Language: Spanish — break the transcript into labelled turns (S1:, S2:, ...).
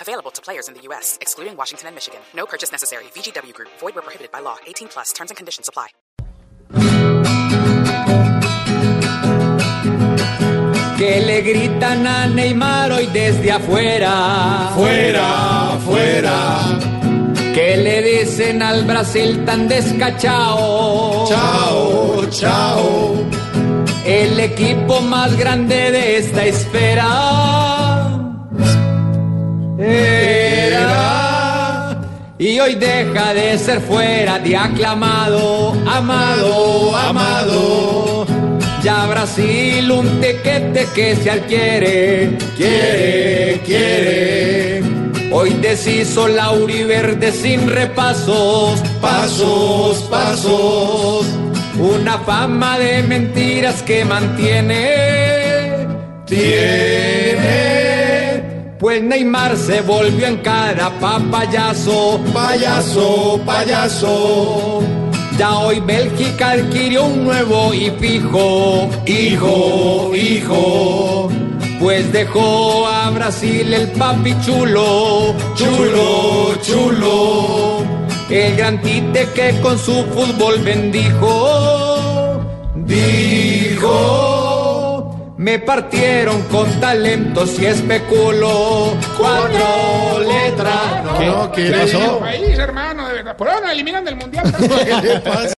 S1: Available to players in the U.S., excluding Washington and Michigan. No purchase necessary. VGW Group, void were prohibited by law. 18 plus terms and conditions apply.
S2: que le gritan a Neymar hoy desde afuera.
S3: Fuera, fuera,
S2: Que le dicen al Brasil tan descachao.
S3: chao, chao,
S2: El equipo más grande de esta esfera. Era. Y hoy deja de ser fuera de aclamado, amado, amado. Ya Brasil un tequete que se adquiere.
S3: quiere, quiere,
S2: Hoy deshizo la Uriverde sin repasos,
S3: pasos, pasos,
S2: una fama de mentiras que mantiene.
S3: tiene,
S2: Pues Neymar se volvió en cara pa' payaso.
S3: payaso, payaso,
S2: Ya hoy Bélgica adquirió un nuevo y fijo
S3: hijo, hijo,
S2: Pues dejó a Brasil el papi chulo,
S3: chulo, chulo,
S2: el gran tite que con su fútbol bendijo.
S3: dijo,
S2: Me partieron con talentos y especulo cuatro letras.
S3: no, ¿qué pasó?
S4: país, hermano, de verdad. Por ahora nos eliminan del mundial.
S3: ¿Qué le pasa?